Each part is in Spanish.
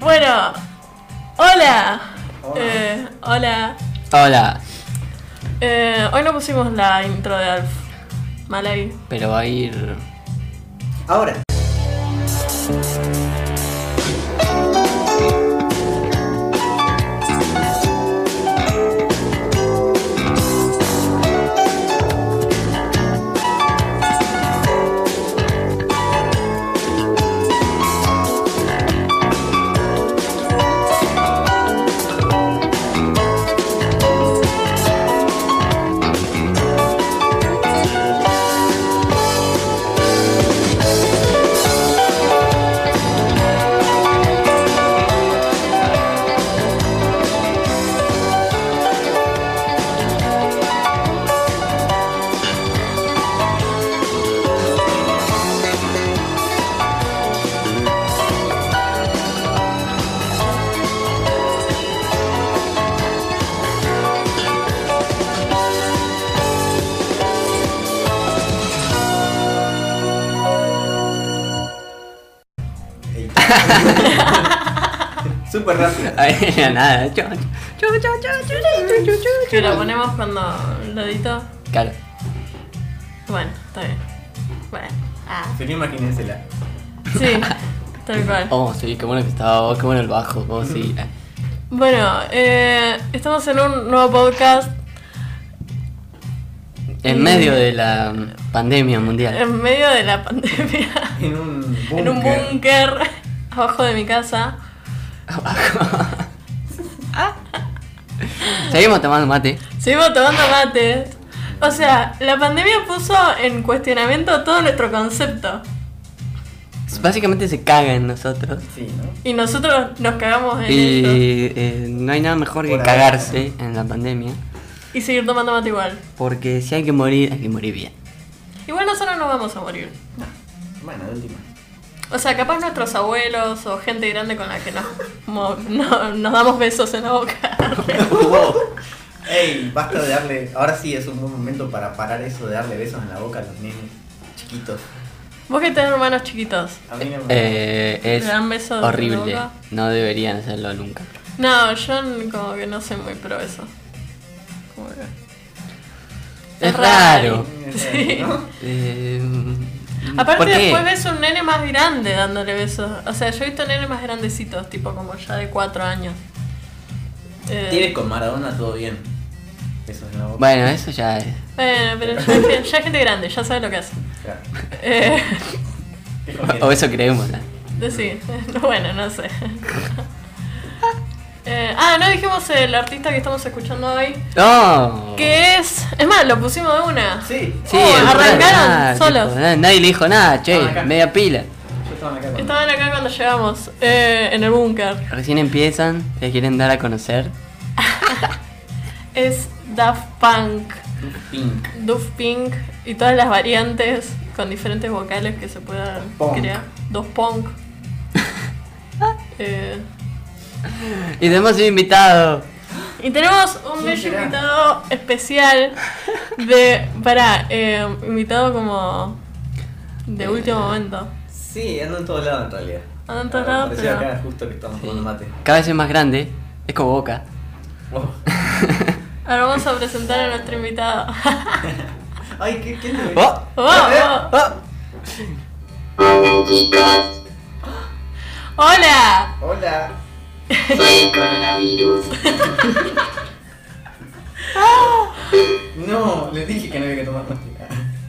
Bueno, hola. Eh, hola. Hola, Eh, hoy no pusimos la intro de Alf. Mal ahí. pero va a ir. Ahora. Ey. Ah. Súper rápido. Ahí era nada. Chau, chau, chau, chau, chau, chau, chau, chau, Que lo chau. ponemos cuando lo edito. Claro. Bueno, está bien. Bueno. Ah. Solo imagínensela. Sí, tal cual. Oh, sí, qué bueno que estaba vos, qué bueno el bajo. Oh, sí. Bueno, eh, estamos en un nuevo podcast En medio de la pandemia mundial. en medio de la pandemia. En un búnker. En un búnker abajo de mi casa. Seguimos tomando mate. Seguimos tomando mate. O sea, la pandemia puso en cuestionamiento todo nuestro concepto. Básicamente se caga en nosotros. Sí, ¿no? Y nosotros nos cagamos en esto. Y eh, no hay nada mejor que Por ahí. cagarse en la pandemia. Y seguir tomando mate igual. Porque si hay que morir, hay que morir bien. Igual nosotros no vamos a morir. Bueno, de última. O sea, capaz nuestros abuelos o gente grande con la que nos, mo- no- nos damos besos en la boca. Wow. Ey, basta de darle. Ahora sí es un buen momento para parar eso de darle besos en la boca a los nenes chiquitos. Vos que tenés hermanos chiquitos. A mí no me. Eh, es ¿Le dan besos en la horrible. boca? No deberían hacerlo nunca. No, yo n- como que no soy muy pro eso. Como que- Es raro. Sí. ¿no? Eh, Aparte ¿por qué? después ves un nene más grande dándole besos. O sea, yo he visto nenes más grandecitos, tipo como ya de 4 años. Eh, Tienes con Maradona todo bien. Besos en la boca. Bueno, eh. eso ya es. Bueno, Eh, pero ya, ya es gente grande, ya sabe lo que hace. Claro. Eh, Qué confianza. O eso creemos. ¿no? sí, bueno, no sé. Eh, ah, no dijimos el artista que estamos escuchando hoy, No. que es... Es más, lo pusimos de una. Sí, Sí, Oh, el arrancaron plan, nada, solos. tipo, na- nadie le dijo nada, che, Ah, acá. media pila. yo estaba acá con. Estaban acá cuando llegamos, eh, en el búnker. Recién empiezan, se quieren dar a conocer. Es Daft Punk, Pink. Daft Pink y todas las variantes con diferentes vocales que se puedan Punk. crear. Dos Punk. Eh, Y tenemos un invitado. y tenemos un bello será? invitado especial de. Pará, eh, invitado como. de último momento. Sí, ando en todos lados en realidad. Ando en todos Ah, lados, apareció pero- acá justo que estamos tomando mate. Cada vez es más grande, es como boca. Wow. Ahora vamos a presentar a nuestro invitado. Ay, ¿qué, ¿Eh? Ah. qué es Oh, ¡Oh! oh. ¡Hola! Hola. No, les dije que no había que tomar mate. Ah.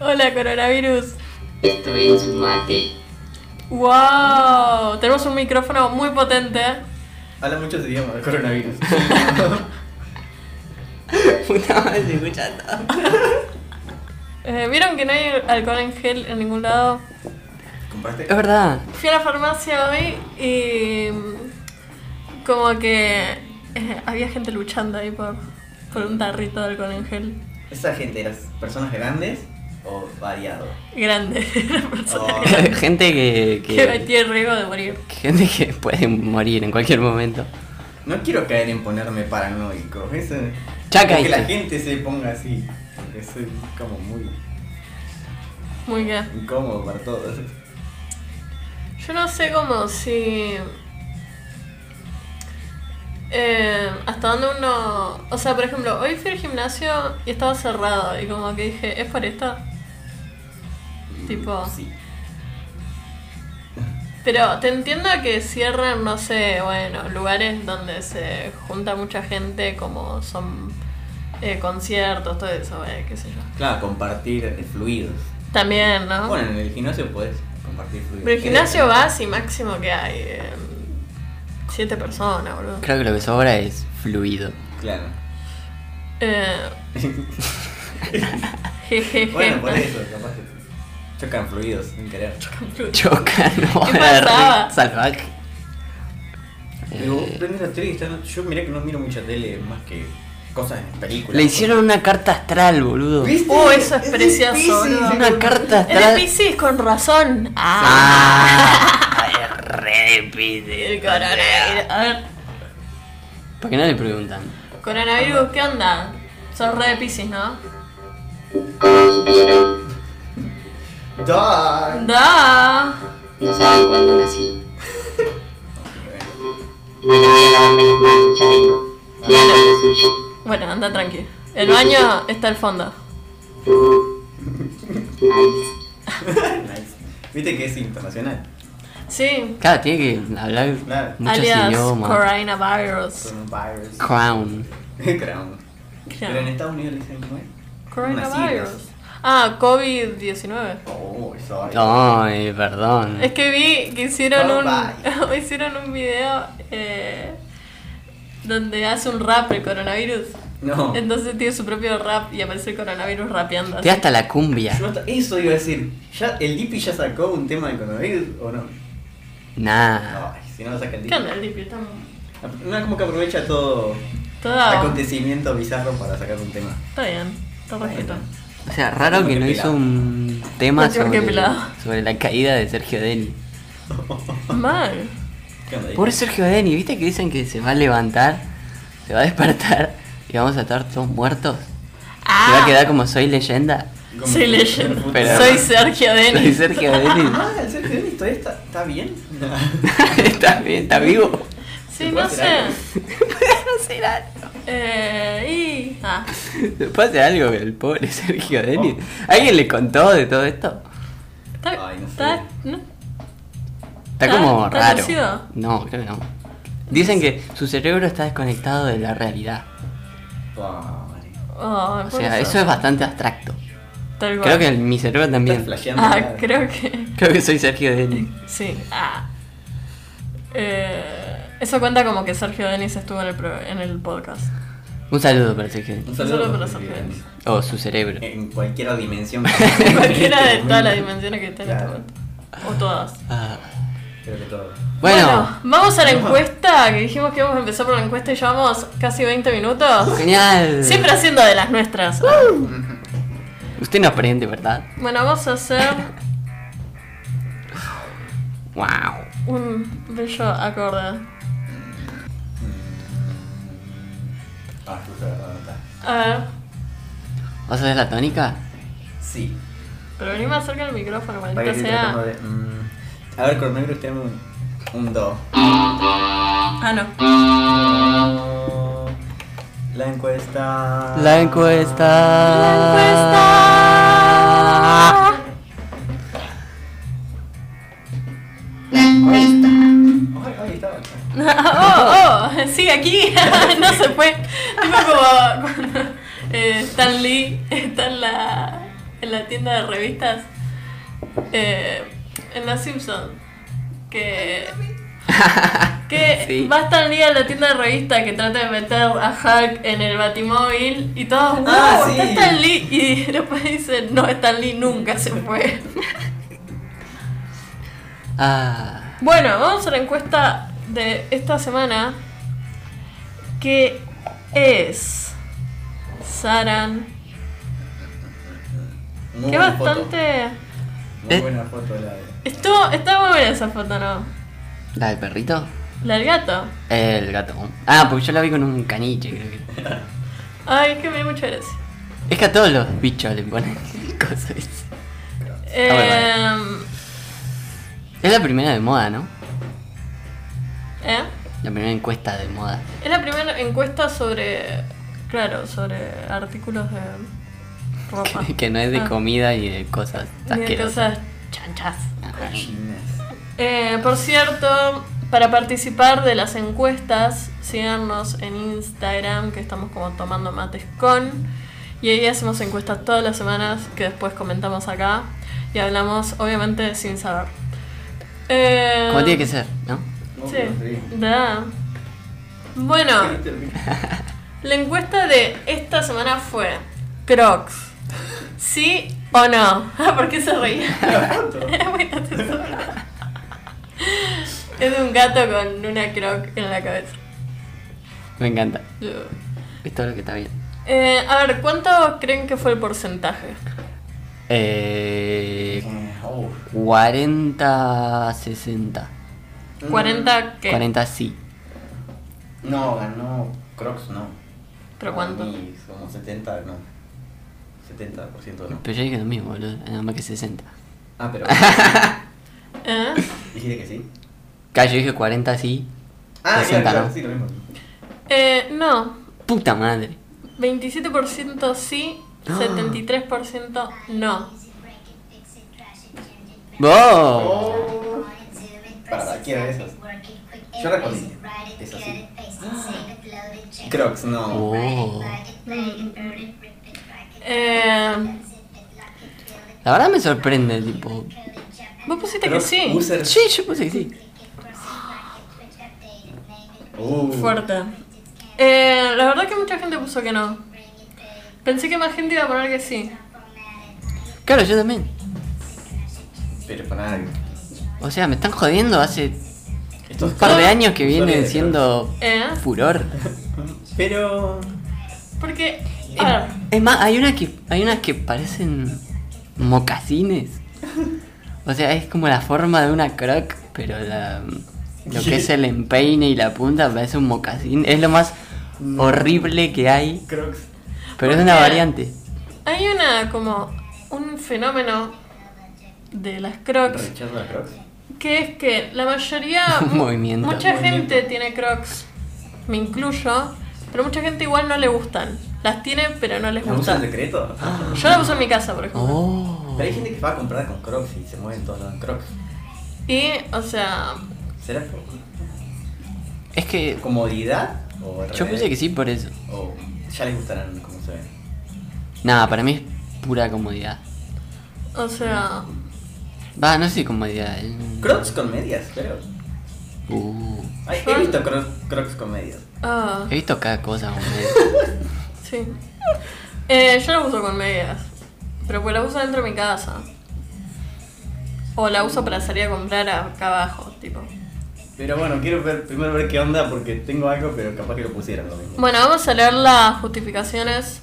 ¡Hola, coronavirus! Estoy en su mate. ¡Wow! Tenemos un micrófono muy potente. Habla muchos idiomas del coronavirus. Puta madre, se escucha todo. Eh, ¿Vieron que no hay alcohol en gel en ningún lado? ¿Compraste? Es verdad. Fui a la farmacia hoy y mm, como que eh, había gente luchando ahí por, por un tarrito de alcohol en gel ¿Esa gente eras personas grandes o variado? grande. Una persona Oh. grande gente que, que que, tiene riesgo de morir. gente que puede morir en cualquier momento. No quiero caer en ponerme paranoico. Eso, Ya Que la caíste. gente se ponga así. porque Eso es como muy Muy bien. incómodo para todos. Yo no sé cómo si eh, hasta dónde uno. O sea, por ejemplo, hoy fui al gimnasio y estaba cerrado. Y como que dije, ¿es por esto? Tipo. Sí. Pero te entiendo que cierran, no sé, bueno, lugares donde se junta mucha gente, como son eh, conciertos, todo eso, eh, qué sé yo. Claro, compartir eh, fluidos. También, ¿no? Bueno, eh, en el gimnasio puedes compartir fluidos. Ah. Pero el gimnasio vas y máximo que hay. eh, siete personas, boludo. Creo que lo que sobra es fluido. Claro. Eh, jejeje. bueno, por eso, capaz que chocan fluidos sin querer. Chocan, ¿Qué de pasaba? salvaje. Digo, Eh, prende la tele y está- Yo miré que no miro mucha tele más que cosas en películas. le hicieron una carta astral, boludo. Uh, eso es precioso, boludo. Una carta Eres astral. Piscis con razón. Ah, re de El Piscis. coronavirus. A ver, ¿Por qué no le preguntan? coronavirus, ¿qué onda? Sos re de Piscis, ¿no? Vieron, Da. Da. no saben cuándo nací. Bueno, voy a lavarme las manos, ya vengo. Voy a lavar lo suyo. Bueno, anda tranqui. El baño está al fondo. Nice. Nice. Viste que es internacional. Sí. Claro, tiene que hablar Claro. muchos alias idiomas. coronavirus. Coronavirus. Crown. Crown. Pero en Estados Unidos le dicen, ¿cómo es? Coronavirus. Unas Ah, COVID-19. Oh, sorry. Ay, perdón. Es que vi que hicieron Oh, un hicieron un video eh, donde hace un rap el coronavirus. No. Entonces tiene su propio rap y aparece el coronavirus rapeando. Te hasta la cumbia. Yo hasta- eso iba a decir. ¿Ya, ¿El Dipi ya sacó un tema de coronavirus o no? Nah. Ay, si no lo saca el Dipi. ¿Qué onda el Dipi? Está No es como que aprovecha todo Toda, acontecimiento bizarro para sacar un tema. está bien, está perfecto. O sea, raro que no hizo un tema Porque sobre, pelado. sobre la caída de Sergio Deni. Mal. ¿Qué onda, Dipi? Pobre Sergio Deni, ¿viste que dicen que se va a levantar, se va a despertar y vamos a estar todos muertos? Ah. Se va a quedar como soy leyenda. Como- soy leyenda. Pero- Soy Sergio Soy Denis. Sergio Deni. Ah, el Sergio Denis todavía está, está bien. está bien, está vivo. Sí, ¿Se no puede sé. hacer Eh, y. Ah. Pase algo con el pobre Sergio Deni. ¿Alguien le contó de todo esto? Está, Ay, no sé. está- no- Está Ah, como ¿está raro. torcido? No, creo que no. Dicen que su cerebro está desconectado de la realidad. Pobre. Ay, O ah, por sea, eso es bastante abstracto. Tal cual. Creo que el- mi cerebro Está también. flasheando. Ah, claro. creo que. Creo que soy Sergio Deni. Sí. Ah. Eh, eso cuenta como que Sergio Denis estuvo en el, pro- en el podcast. Un saludo para Sergio Denis. Un Solo saludo para a Sergio Sergio Denis. O su cerebro. En cualquier dimensión. En cualquiera de todas las dimensiones que está en este Claro. momento. O todas. Ah. Creo que todo. Bueno, vamos a la encuesta, que dijimos que íbamos a empezar por la encuesta y llevamos casi 20 minutos. genial. Siempre haciendo de las nuestras. Usted no aprende, ¿verdad? Bueno, vamos a hacer Wow. un bello acorde. Mm. Ah, tú sabes dónde está. A ver, ¿Vas a ver la tónica? Sí. pero vení más cerca del micrófono, Para que maldita estoy tratando sea. de. mm. A ver, Cornelio, usted un, un do. Ah, no. La encuesta. La encuesta. La encuesta. La encuesta. Ay, ay, estaba. Oh, oh, sigue aquí. no se fue. Tipo como cuando eh, Stan Lee está en la, en la tienda de revistas. eh, en Los Simpsons. Que. Que Sí. va Stan Lee a la tienda de revistas que trata de meter a Hulk en el batimóvil y todos, wow, Ah, está sí. Stan Lee. Y después dicen, no, Stan Lee nunca se fue. Ah. Bueno, vamos a la encuesta de esta semana. Que es. Saran. Muy Que buena foto. bastante. Muy ¿Eh? buena foto la de. Estuvo, está muy buena esa foto, ¿no? ¿La del perrito? La del gato. El gato. Ah, porque yo la vi con un caniche, creo que. Ay, es que me dio mucha gracia. Es que a todos los bichos le ponen cosas. Eh, Es la primera de moda, ¿no? ¿Eh? La primera encuesta de moda. Es la primera encuesta sobre. Claro, sobre artículos de ropa. Que no es de Ah, comida y de cosas ni de asquerosas. cosas chanchas. Ajá. Cochinas. Eh, por cierto, para participar de las encuestas, síganos en Instagram, que estamos como tomando mates con. Y ahí hacemos encuestas todas las semanas que después comentamos acá. Y hablamos, obviamente, sin saber. Eh, Ah, Como tiene que ser, ¿no? Sí, da. Bueno, la encuesta de esta semana fue Crocs. ¿Sí o no? Ah, ¿Por qué se reía? Era muy gracioso. Es de un gato con una croc en la cabeza. Me encanta. Es todo lo que está bien. Eh, a ver, ¿cuánto creen que fue el porcentaje? Eh, Oh, 40, 60. Mm. ¿40 qué? 40 sí. No, ganó Crocs, no. ¿Pero cuánto? Y como 70, no. 70% no. Pero yo dije lo mismo, boludo. Nada más que 60. Ah, pero. ¿Eh? ¿Dijiste que sí? Claro, yo dije 40 sí. Ah, 60, claro, ¿no? sí, lo mismo. Eh, no, Puta madre. 27% sí, 73% no. ¡Wow! Para, quiero esas. Yo respondí. Ah. Eso Eso sí. sí. Crocs, no. Oh. Eh, La verdad me sorprende, tipo. vos pusiste que Crocs sí. User. Sí, yo puse que sí. Uh. Fuerte. Eh, la verdad que mucha gente puso que no. Pensé que más gente iba a poner que sí. Claro, yo también. Pero para nada. O sea, me están jodiendo hace Estos un par de Crocs años que son de vienen Crocs. siendo ¿Eh? furor. Pero. Porque, a ver, Es, es más, hay unas que hay unas que parecen mocasines. O sea, es como la forma de una croc, pero la, lo que es el empeine y la punta parece un mocasín. Es lo más horrible que hay, Crocs. pero es una Porque- variante. hay una como un fenómeno de las crocs Rechazo a Crocs. que es que la mayoría Un mu- movimiento. mucha Un movimiento. gente tiene crocs, me incluyo, pero mucha gente igual no le gustan. Las tiene pero no les ¿No usan gustan. secreto? Yo las uso en mi casa, por ejemplo. Oh. Pero hay gente que va a comprar con Crocs y se mueven todos los Crocs. Y, o sea, ¿Será por Es que comodidad? O al yo revés? pensé que sí por eso. O ya les gustarán como se ven. Nada, para mí es pura comodidad. o sea, Va, no sé si comodidad. es- Crocs con medias, creo. Uh, Ay, he Son- visto crocs, crocs con medias. ah, he visto cada cosa. hombre. sí. Eh, yo las uso con medias, pero pues las uso dentro de mi casa. O la uso para salir a comprar acá abajo, tipo. Pero bueno, quiero ver, primero ver qué onda porque tengo algo, pero capaz que lo pusieran lo mismo. Bueno, vamos a leer las justificaciones.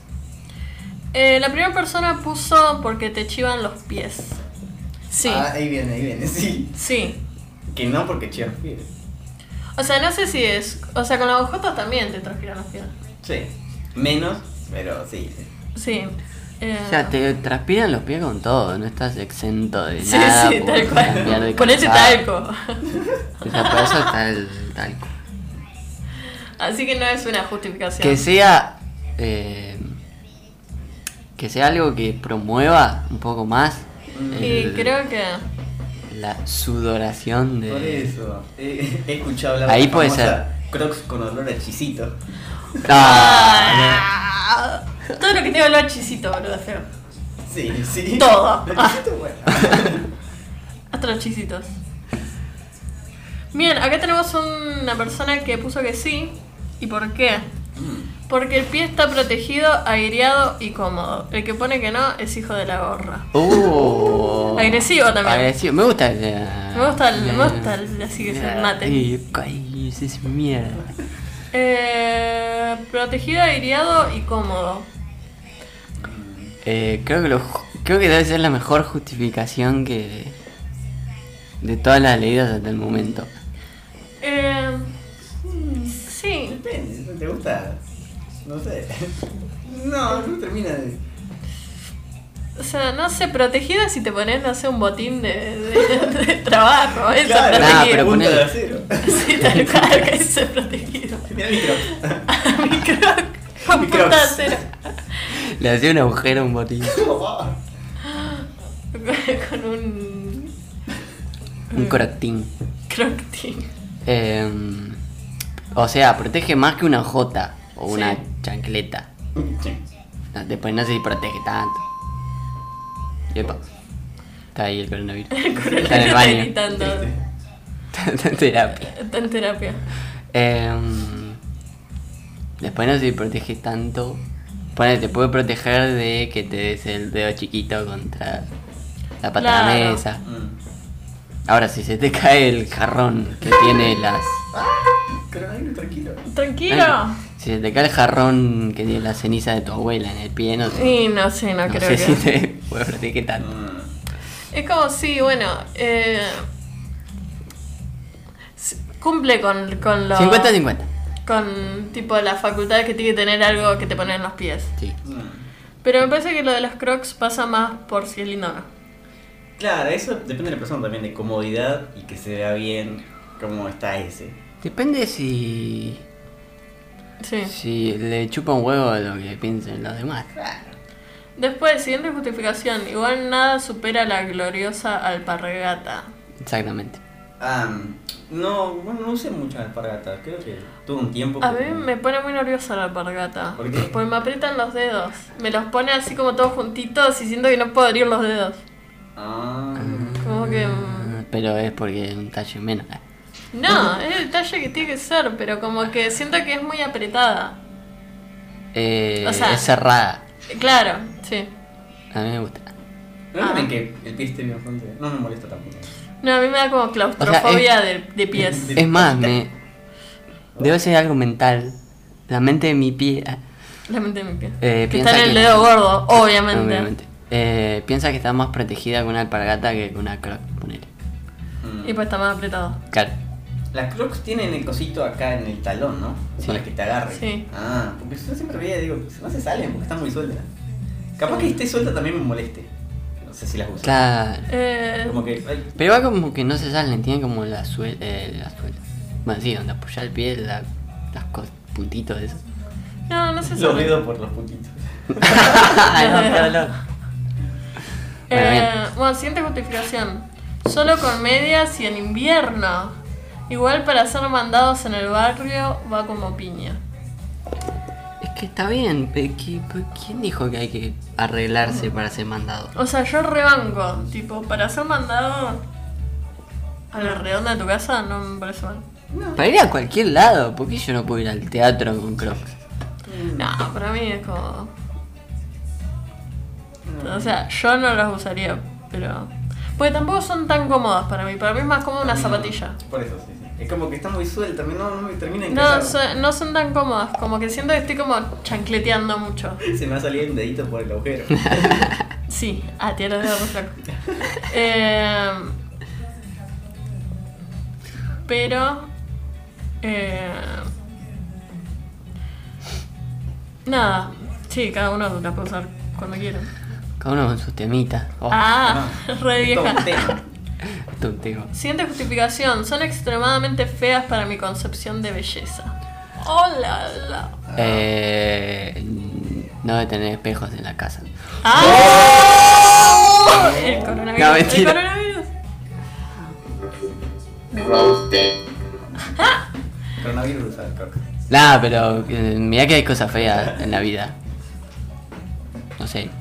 Eh, la primera persona puso porque te chivan los pies. Sí, Ah, ahí viene, ahí viene, sí. sí. Que no porque chivan pies. O sea, no sé si es. O sea, con las agujetas también te transpiran los pies. Sí. Menos, pero sí. sí. Sí. eh, O sea, te transpiran los pies con todo, no estás exento de Sí, nada. sí, por tal cambiar cual. de Ponete calzado. talco. O sea, por eso está el talco. Así que no es una justificación. Que sea. eh, que sea algo que promueva un poco más. Y el- creo que. La sudoración Por de. eso. He, he escuchado hablar Ahí la puede famosa Crocs con olor a chisito. Ah, Ah, Todo lo que tengo lo chisito, boludo, es feo. Sí, sí. Todo. El chisito, bueno. Hasta los chisitos. Bien, acá tenemos una persona que puso que sí. ¿Y por qué? Mm, Porque el pie está protegido, aireado y cómodo. El que pone que no es hijo de la gorra. no. Uh, Agresivo también. Agresivo. Me gusta el. Me gusta el- me gusta el- así que se mate. Ay, ese es mierda. Eh, protegido, aireado y cómodo. Eh, creo que lo ju- creo que debe ser la mejor justificación que de todas las leídas hasta el momento. Eh, sí. Depende, ¿te gusta? No sé. No, no termina de. O sea, no sé, protegida si te pones, no sé, un botín de, de- de trabajo. Eso Claro, Nah, protegido. pero punta ponele. de acero. Sí, tal cual, que eso es protegido. Mira mi croc. A mi croc. Con Mi punta de crocs. acero. Le hacía un agujero a un botín. Con un Un Mm. croctín. croctín. Eh, o sea, protege más que una jota o Sí. una chancleta. No, Después no sé si protege tanto. Epa. Está ahí el coronavirus. Está en el baño. Gritando. Está en terapia. Está en terapia. Em, después no sé si protege tanto. Ponele, te puede proteger de que te des el dedo chiquito contra la pata de la Claro. mesa. Mm. Ahora, si se te cae el jarrón que tiene las. Coronavirus, tranquilo. Tranquilo. Si se te cae el jarrón que tiene la ceniza de tu abuela en el pie, no sé. Y no sé, no, no creo que. sé si te puede proteger tanto. Mm, Es como, sí, bueno. Eh, s- cumple con, con los. 50-50. Con tipo las facultades que tiene que tener algo que te ponen en los pies. Sí. mm. Pero me parece que lo de los crocs pasa más por si es lindo o no. Claro, eso depende de la persona también, de comodidad y que se vea bien cómo está ese. Depende si. Sí. Si le chupa un huevo lo que piensen los demás. Después, siguiente justificación. Igual nada supera la gloriosa alparregata. Exactamente. Ah, no, bueno, no usé muchas alpargatas, creo que tuve un tiempo. A que- mí me pone muy nerviosa la alpargata. ¿Por qué? Porque me aprietan los dedos. Me los pone así como todos juntitos y siento que no puedo abrir los dedos. Ah, Como que. mm, Ah, Pero es porque es un talle menos. Ah, No, es el talle que tiene que ser, pero como que siento que es muy apretada. Eh, O sea- es cerrada. Claro, sí. A mí me gusta. ¿No Ah. creen que el pie esté bien fuerte? No me molesta tampoco. No, a mí me da como claustrofobia de, de pies. Es más, me. Debe ser algo mental. La mente de mi pie. ah, La mente de mi pie. Eh, que piensa está en el que- dedo gordo, obviamente. Obviamente. Eh, piensa que está más protegida con una alpargata que con una croc, ponele. Y pues está más apretado. Claro. Mm. Las crocs tienen el cosito acá en el talón, ¿no? Sí. Para que te agarre. Sí. Ah, porque yo siempre veía, digo, "Pues, no se salen porque están muy sueltas. Capaz que esté suelta también me moleste. No sé si las uso. Claro. Eh, Como que, ay, Pero va como que no se salen, tiene como la suela. Eh, la suela. Bueno, sí, donde apoyar el pie, la- las cos- puntitos de eso. no, no sé los sobre. dedos por los puntitos. Ay, no, qué dolor. Bueno, Eh, bien. bueno, siguiente justificación. Solo con medias y en invierno. Igual para ser mandados en el barrio va como piña. Es que está bien, pe- que- pe- ¿quién dijo que hay que arreglarse para ser mandado? O sea, yo rebanco. Tipo, para ser mandado a la redonda de tu casa no me parece mal. Para ir a cualquier lado, ¿por qué yo no puedo ir al teatro con crocs? No, para mí es como. O sea, yo no las usaría, pero. Porque tampoco son tan cómodas para mí. Para mí es más cómoda Ah, una zapatilla. Por eso, sí, sí. Es como que está muy suelta, no, no me termina de No, encajar. so- no son tan cómodas. Como que siento que estoy como chancleteando mucho. Se me ha salido un dedito por el agujero. Sí, ah, tiene los dedos muy flacos. Eh, pero. eh, nada, sí, cada uno la puede usar cuando quiera. Cada uno con sus temitas. Oh, ah, re Es todo vieja. un tema. esto es un tema. Siguiente justificación: son extremadamente feas para mi concepción de belleza. ¡Hola! la. Eh, no de tener espejos en la casa. ¡Ah! El coronavirus. No, el mentira. coronavirus. roasted, Coronavirus al croc. Nah, pero eh, mirá que hay cosas feas en la vida. No sé. No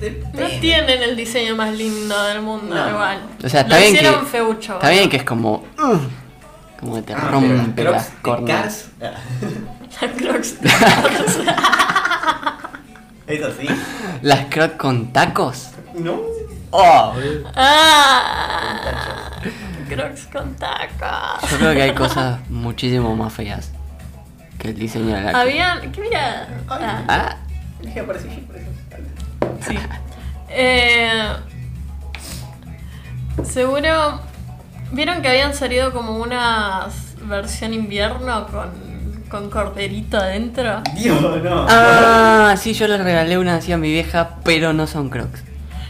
Depende. tienen el diseño más lindo del mundo, No. igual. Eh, O sea, está Lo bien hicieron que. feucho. Está bien que es como. "Ugh", Como que te Ah, rompe pero las Crocs de cornas. Cars, ah, Las Crocs. Las Crocs. Es así. Las croc con tacos. No. Oh, yo ah, Crocs con tacos. creo que hay cosas muchísimo más feas que el diseño de la croc. Habían. ¿Qué mira? Ah, Ah, Dije aparecí yo por eso. sí. Eh, seguro. ¿Vieron que habían salido como una versión invierno con, con corderito adentro. Dios, no. Ah, sí, yo le regalé una así a mi vieja, pero no son crocs.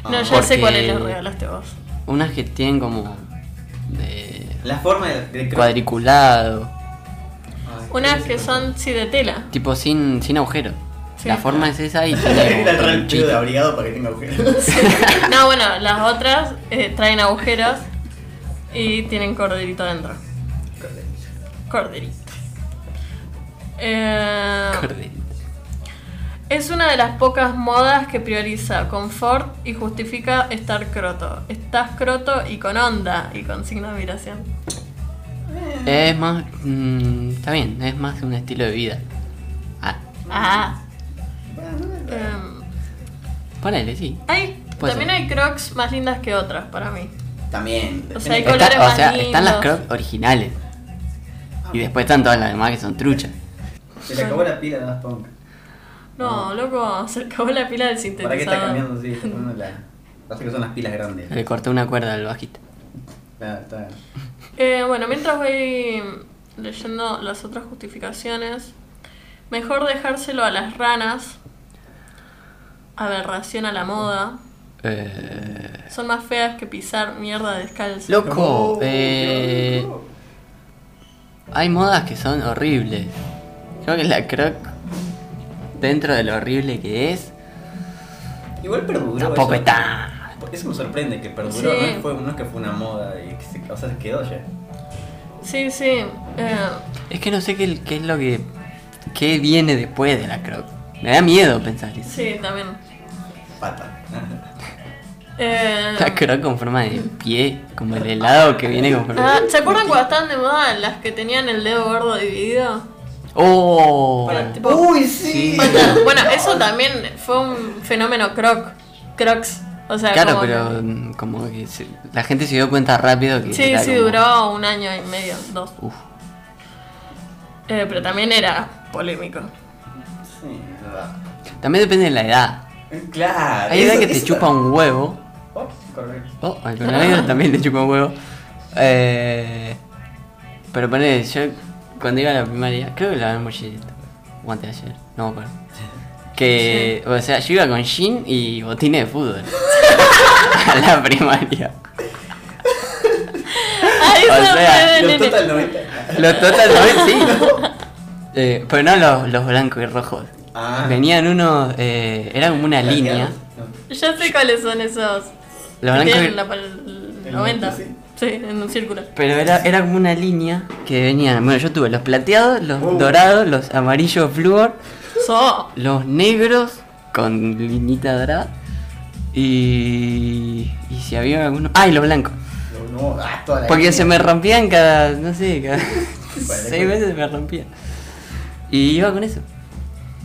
No, ya Porque- sé cuáles le regalaste vos. Unas que tienen como de La forma de, de cuadriculado, Ay, Unas qué que son sí de tela. tipo sin, sin agujero. Sí. La forma es esa y Era tiene el como rancho de pinchito. abrigado para que tenga agujeros. No, bueno, las otras eh, traen agujeros y tienen corderito adentro. Corderito. Eh, Corderito. es una de las pocas modas que prioriza confort y justifica estar croto. Estás croto y con onda y con signo de admiración. Es más. mm, está bien, es más un estilo de vida. Ah, Ah. Em, ponele, sí. hay, Puede también ser. hay crocs más lindas que otras para mí. También. O sea, hay depende- colores Está- o más sea, están las lindos. crocs originales. Y después están todas las demás que son truchas. Se le acabó la pila de Daft Punk. No, loco, se acabó la pila del sintetizador. ¿Para qué está cambiando? Sí, está poniendo la. Pasa que son las pilas grandes. Ah. Le corté una cuerda al bajista. Está- está- Eh, bueno, mientras voy leyendo las otras justificaciones, mejor dejárselo a las ranas, aberración a la moda, Eh, son más feas que pisar mierda descalzo. loco, Oh, eh, Dios, loco. hay modas que son horribles. Creo que la croc, dentro de lo horrible que es, Igual perduró. tampoco eso. está. Eso me sorprende que perduró. Sí. No, es fue, no es que fue una moda y que se, o sea, se quedó ya. Sí, sí. eh, Es que no sé qué, qué es lo que. qué viene después de la croc. Me da miedo pensar eso. sí, también. Pata. Oh. Eh, La croc con forma de pie, como el helado que viene con forma ah, ¿Se acuerdan cuando estaban de moda las que tenían el dedo gordo dividido? ¡Oh! Para, tipo, ¡Uy, sí! Bueno, bueno, eso también fue un fenómeno croc, crocs. O sea, Claro, como pero que- mm, como que se- la gente se dio cuenta rápido que. Sí, era sí, como- duró un año y medio, dos. Uf. Eh, pero también era polémico. Sí, es verdad. También depende de la edad. Claro. Hay edad eso- que te eso- chupa un huevo. Ops, correcto. Oh, al coronavirus también te chupa un huevo. Eh, pero ponele, yo cuando iba a la primaria, creo que lo habíamos hecho o antes de ayer, no me acuerdo. Que, o sea, yo iba con jean y botines de fútbol. a la primaria. Ah, eso O sea, fue de Los nene. total 90. Los total ¿no? sí. Eh, pero no los, los blancos y rojos. Ah. Venían unos, eh, era como una línea. No. Ya sé cuáles son esos. Los blancos Tienen y- la pal- El 90. mundo, Sí. sí. en un círculo. Pero era, era como una línea que venían. Bueno, yo tuve los plateados, los Uh. dorados, los amarillos flúor, So. los negros con linita dorada. Y. Y si había alguno. ¡Ay, los blancos! No, no, ah, toda la Porque vida. se me rompían cada. No sé, cada. seis cuál. veces se me rompían. Y iba con eso.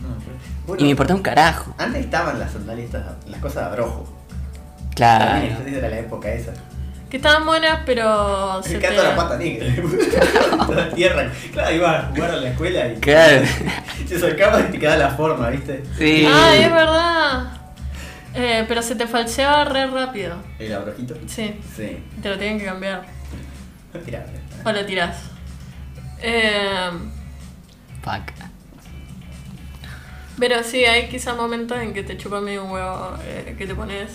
No, pero- Y bueno, me importaba un carajo. Antes estaban las sandalias, estas- las cosas de abrojo. Ah. También Claro. esa era la época esa. Que estaban buenas, pero. Se se cae toda te- la pata negra. toda tierra. Claro, iba a jugar a la escuela y. Claro. Se sacaba y te quedaba la forma, ¿viste? Sí. Ay, es verdad. Eh, pero se te falseaba re rápido. El abrojito. Sí, Sí. te lo tienen que cambiar. Tirá. O lo tirás. Eh, Fuck. pero sí, hay quizás momentos en que te chupa medio un huevo eh, que te pones.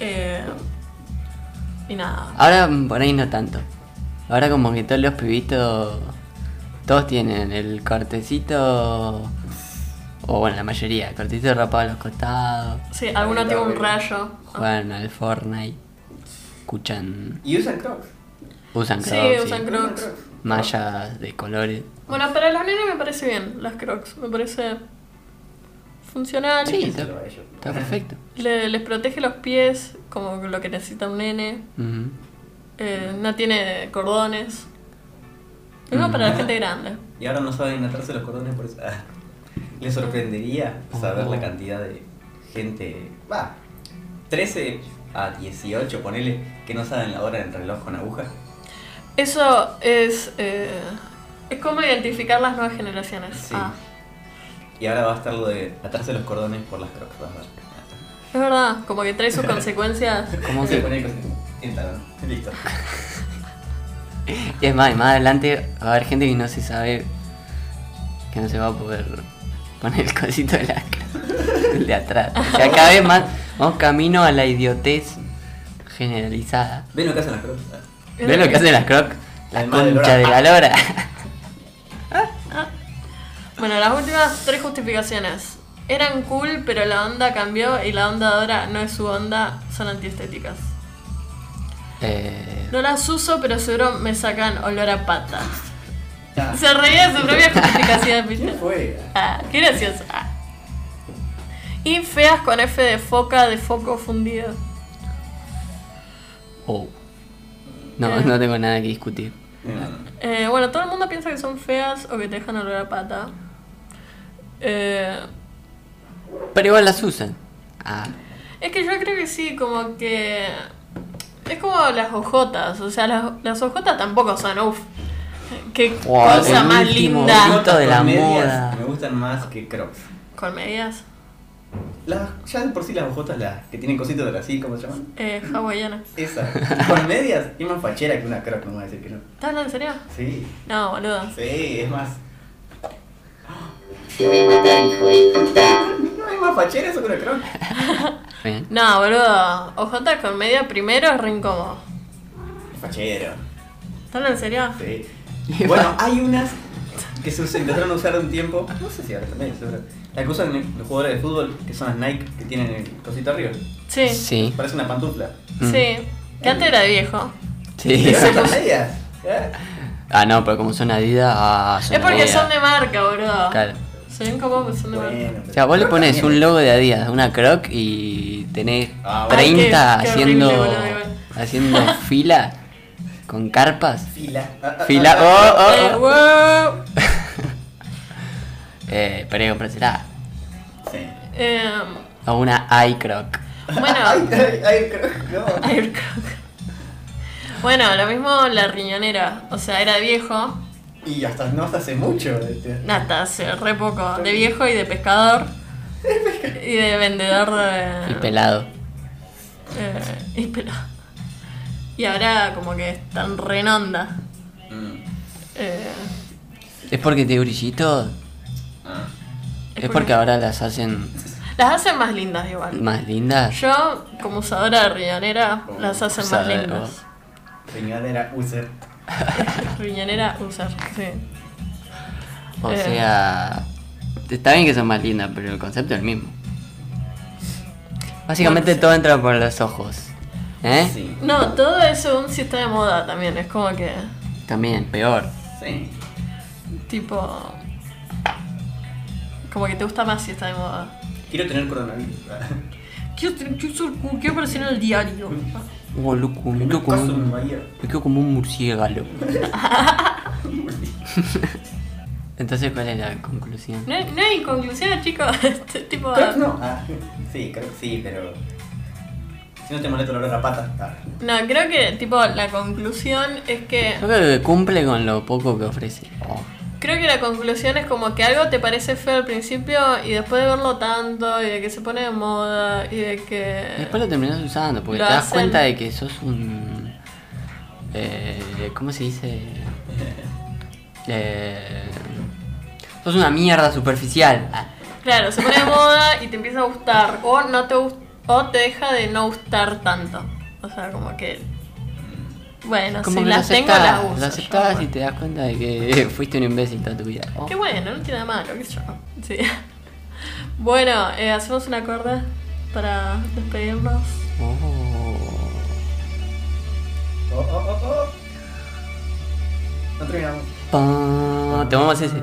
Eh, y nada. Ahora mm, por ahí no tanto. Ahora como que todos los pibitos, todos tienen el cortecito, o bueno, la mayoría, el cortecito rapado a los costados, Sí, alguno tiene un bueno. rayo. juegan al Fortnite, escuchan, Y usan crocs. usan Sí, crocs, sí, usan crocs. mallas de colores. Bueno, para los nenes me parece bien las crocs. Me parece funcional. Sí, se está, lo va a ellos. está perfecto. Le- les protege los pies, como lo que necesita un nene. Ujú. Eh, no tiene cordones. Es más Mm. para la gente grande. Y ahora no saben atarse los cordones por eso. Ah. Les sorprendería saber Oh. la cantidad de gente. Va. 13 a 18, ponele, que no saben la hora del reloj con aguja. Eso es. eh, es como identificar las nuevas generaciones. Sí. Ah, Y ahora va a estar lo de atarse los cordones por las crocs. vas a ver. es verdad, como que trae sus consecuencias. Como Se que- pone el cosito en el talón. Listo. y es más, y más adelante va a haber gente que no se sabe que no se va a poder poner el cosito de la el de atrás. O sea, cada vez más vamos camino a la idiotez generalizada. ¿Ven lo que hacen las crocs? ¿Ves lo que hacen las crocs? La Además de concha de lora. la lora. Bueno, las últimas tres justificaciones. Eran cool, pero la onda cambió y la onda de ahora no es su onda, son antiestéticas. Eh, No las uso, pero seguro me sacan olor a pata. Se reía de su propia justificación, ¿viste? fue? Ah, qué gracioso. Ah. Y feas con F de foca, de foco fundido. oh. No, no tengo nada que discutir. Eh, bueno, todo el mundo piensa que son feas o que te dejan olor a pata. Eh, Pero igual las usan. Ah, es que yo creo que sí, como que. Es como las ojotas, o sea, las, las ojotas tampoco son uff. Qué Wow, cosa el más último linda. grito. de la moda. Me gustan más que crocs. Con medias Las, ya de por sí las hojotas las que tienen cositos de así, ¿cómo se llaman? eh, hawaianas. Esa. Con medias es más fachera que una croc, no me voy a decir que no. ¿Estás hablando en serio? Sí, No, boludo. sí, es más. Te voy a matar, hijo de puta. No es más fachera eso que una croc. bien. No, boludo. Ojotas con media primero es re incómodo. Fachero. ¿Estás hablando en serio? Sí. Bueno, hay unas que se us- empezaron a usar de un tiempo. No sé si ahora también, seguro. La que usan los jugadores de fútbol, que son las Nike, que tienen el cosito arriba. Sí. Sí. Sí. Mm. Parece una pantufla. Que antes era de viejo. Sí. Pero ahora con medias. ¿eh? Ah, no, pero como son Adidas, ah, son Es porque Adidas. son de marca, boludo. Claro. Se ven como que son de marca. Bueno, O sea, vos le pero pones también- un logo de Adidas, una croc y tenés Ah, bueno. 30 Ay, qué- qué haciendo horrible, boludo, igual. haciendo fila con carpas. Fila. Ah, ah, Fila. ah, Oh, ah, oh, Eh, wow. Eh, pero comprásela. ah. oh. Sí. Eh, O una iCroc. bueno. Ay, ay, ay, creo que no. Ay, bueno, lo mismo la riñonera. O sea, era de viejo. Y hasta no hasta hace mucho. este. Nata, hace re poco. De viejo y de pescador. Y de vendedor de. Y pelado. Eh, y pero. Y ahora como que están re en onda. Mm. Eh, ¿Es porque te brillitos? Es Ah. ¿Es porque- porque ahora las hacen las hacen más lindas igual. más lindas? Yo, como usadora de riñonera, las hacen más Usadora. lindas. Riñonera user. riñonera usar, sí. O Eh. sea, está bien que son más lindas, pero el concepto es el mismo. Básicamente Bueno, sí. todo entra por los ojos. ¿Eh? Sí. No, todo es un está de moda también. Es como que, También, peor. Sí. tipo. Como que te gusta más si está de moda. Quiero tener coronavirus. Quiero, tener- quiero ser cool, quiero aparecer en el diario. Oh, loco, me quedo Nunca como caso en un, Bahía. me quedo como un murciélago. Entonces, ¿cuál es la conclusión? No hay, no hay conclusión, chicos. Este tipo. Creo que no. Ah, sí, creo que sí, pero. Si no te molesta el olor a pata. ah. No, creo que tipo la conclusión es que Yo creo que cumple con lo poco que ofrece. creo que la conclusión es como que algo te parece feo al principio y después de verlo tanto y de que se pone de moda y de Y Después que lo terminas usando, porque Lo te das hacen- cuenta de que sos un. eh, ¿Cómo se dice? Eh, sos una mierda superficial. Ah, claro, se pone de moda y te empieza a gustar o no te gust- o te deja de no gustar tanto. O sea, como que bueno, Ah, Como si que las lo tengo las aceptás, uso. lo yo, aceptás y bueno. te das cuenta de que fuiste un imbécil toda tu vida. Oh. Qué bueno, no tiene nada malo, qué sé yo. Sí. Bueno, eh, hacemos un acorde para despedirnos. Oh. Oh, oh, oh, oh. No terminamos. Pa- Tomamos ese.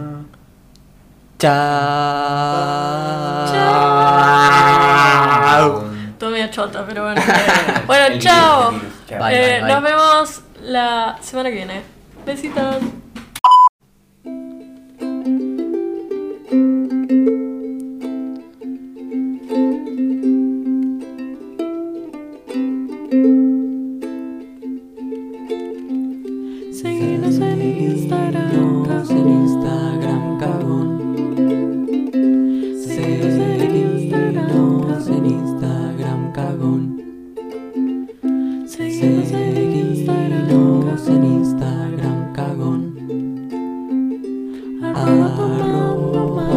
Chao. Todo medio chota, pero bueno. El bueno, virus, chao. el virus, chao. Bye, Eh, bye, bye. Nos vemos la semana que viene. Besitos. Seguinos en Instagram. en Instagram, cagón. Seguinos en Instagram. en Instagram, cagón. Seguinos en Instagram. en Instagram, cagón. Arroba,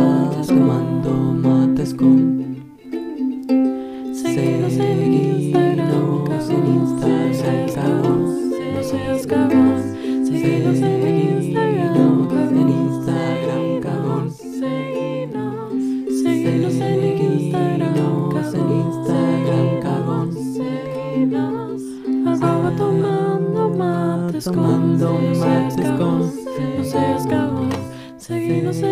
escondo mates con. No seas cabrón, seguí, no seas